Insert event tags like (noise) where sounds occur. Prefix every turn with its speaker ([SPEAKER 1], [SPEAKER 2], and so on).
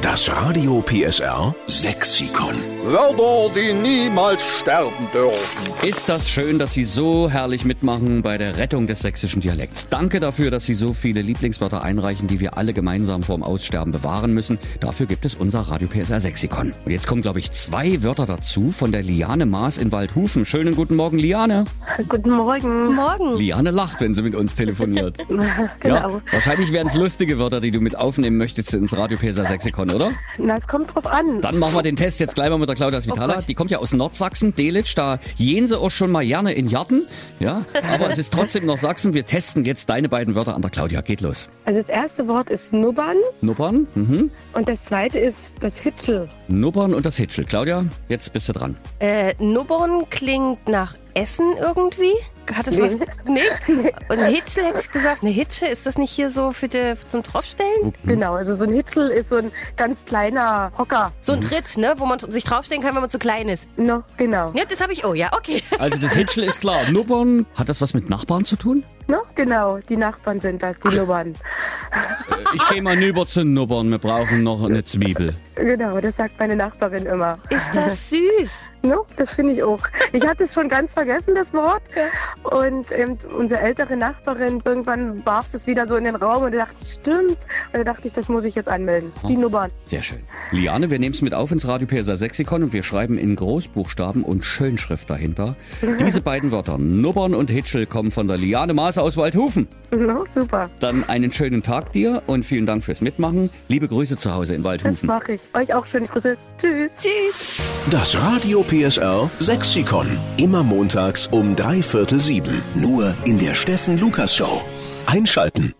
[SPEAKER 1] Das Radio PSR Sexikon.
[SPEAKER 2] Wörter, die niemals sterben dürfen.
[SPEAKER 3] Ist das schön, dass Sie so herrlich mitmachen bei der Rettung des sächsischen Dialekts. Danke dafür, dass Sie so viele Lieblingswörter einreichen, die wir alle gemeinsam vorm Aussterben bewahren müssen. Dafür gibt es unser Radio PSR Sexikon. Und jetzt kommen, glaube ich, zwei Wörter dazu von der Liane Maas in Waldhufen. Schönen guten Morgen, Liane.
[SPEAKER 4] Guten Morgen.
[SPEAKER 5] Morgen.
[SPEAKER 3] Liane lacht, wenn sie mit uns telefoniert.
[SPEAKER 4] Genau.
[SPEAKER 3] Wahrscheinlich wären es lustige Wörter, die du mit aufnehmen möchtest ins Radio PSR Sexikon, oder?
[SPEAKER 4] Na, es kommt drauf an.
[SPEAKER 3] Dann machen wir den Test jetzt gleich mal mit der Claudia Svitala.
[SPEAKER 5] Gott.
[SPEAKER 3] die kommt ja aus Nordsachsen, Delitzsch, da jähen sie auch schon mal gerne in Jarten. Ja, aber es ist trotzdem noch Sachsen. Wir testen jetzt deine beiden Wörter an der Claudia. Geht los.
[SPEAKER 4] Also das erste Wort ist Nubbern
[SPEAKER 3] Nuppern, mhm.
[SPEAKER 4] und das zweite ist das Hitschel.
[SPEAKER 3] Nuppern und das Hitschel. Claudia, jetzt bist du dran.
[SPEAKER 5] Äh, Nubbern klingt nach Essen irgendwie. Hat es was? (laughs) Nee. Und Hitsche hätte ich gesagt. Eine Hitsche, ist das nicht hier so für die, zum Draufstellen?
[SPEAKER 4] Genau, also so ein Hitschel ist so ein ganz kleiner Hocker.
[SPEAKER 5] So ein Tritt, ne? Wo man sich draufstellen kann, wenn man zu klein ist.
[SPEAKER 4] No, genau.
[SPEAKER 5] Ne, das habe ich. Oh ja, okay.
[SPEAKER 3] Also das Hitschel ist klar. Nuppern, hat das was mit Nachbarn zu tun?
[SPEAKER 4] No, genau, die Nachbarn sind das, die Nubbern.
[SPEAKER 3] Ich gehe mal rüber zu Nuppern. Wir brauchen noch eine Zwiebel.
[SPEAKER 4] Genau, das sagt meine Nachbarin immer.
[SPEAKER 5] Ist das süß?
[SPEAKER 4] No, das finde ich auch. Ich hatte es schon ganz vergessen, das Wort. Und ähm, unsere ältere Nachbarin, irgendwann warf es wieder so in den Raum und da dachte ich, stimmt. Und da dachte ich, das muss ich jetzt anmelden. Die Nubbern.
[SPEAKER 3] Sehr schön. Liane, wir nehmen es mit auf ins Radio PSA Sexikon und wir schreiben in Großbuchstaben und Schönschrift dahinter. Diese beiden Wörter, Nubbern und Hitschel, kommen von der Liane Maße aus Waldhofen.
[SPEAKER 4] No, super.
[SPEAKER 3] Dann einen schönen Tag dir und vielen Dank fürs Mitmachen. Liebe Grüße zu Hause in
[SPEAKER 4] Das
[SPEAKER 3] Waldhofen.
[SPEAKER 4] mache ich. Euch auch schöne Grüße. Tschüss.
[SPEAKER 5] Tschüss.
[SPEAKER 1] Das Radio PSR Sexikon. Immer montags um drei Viertel sieben. Nur in der Steffen Lukas Show. Einschalten.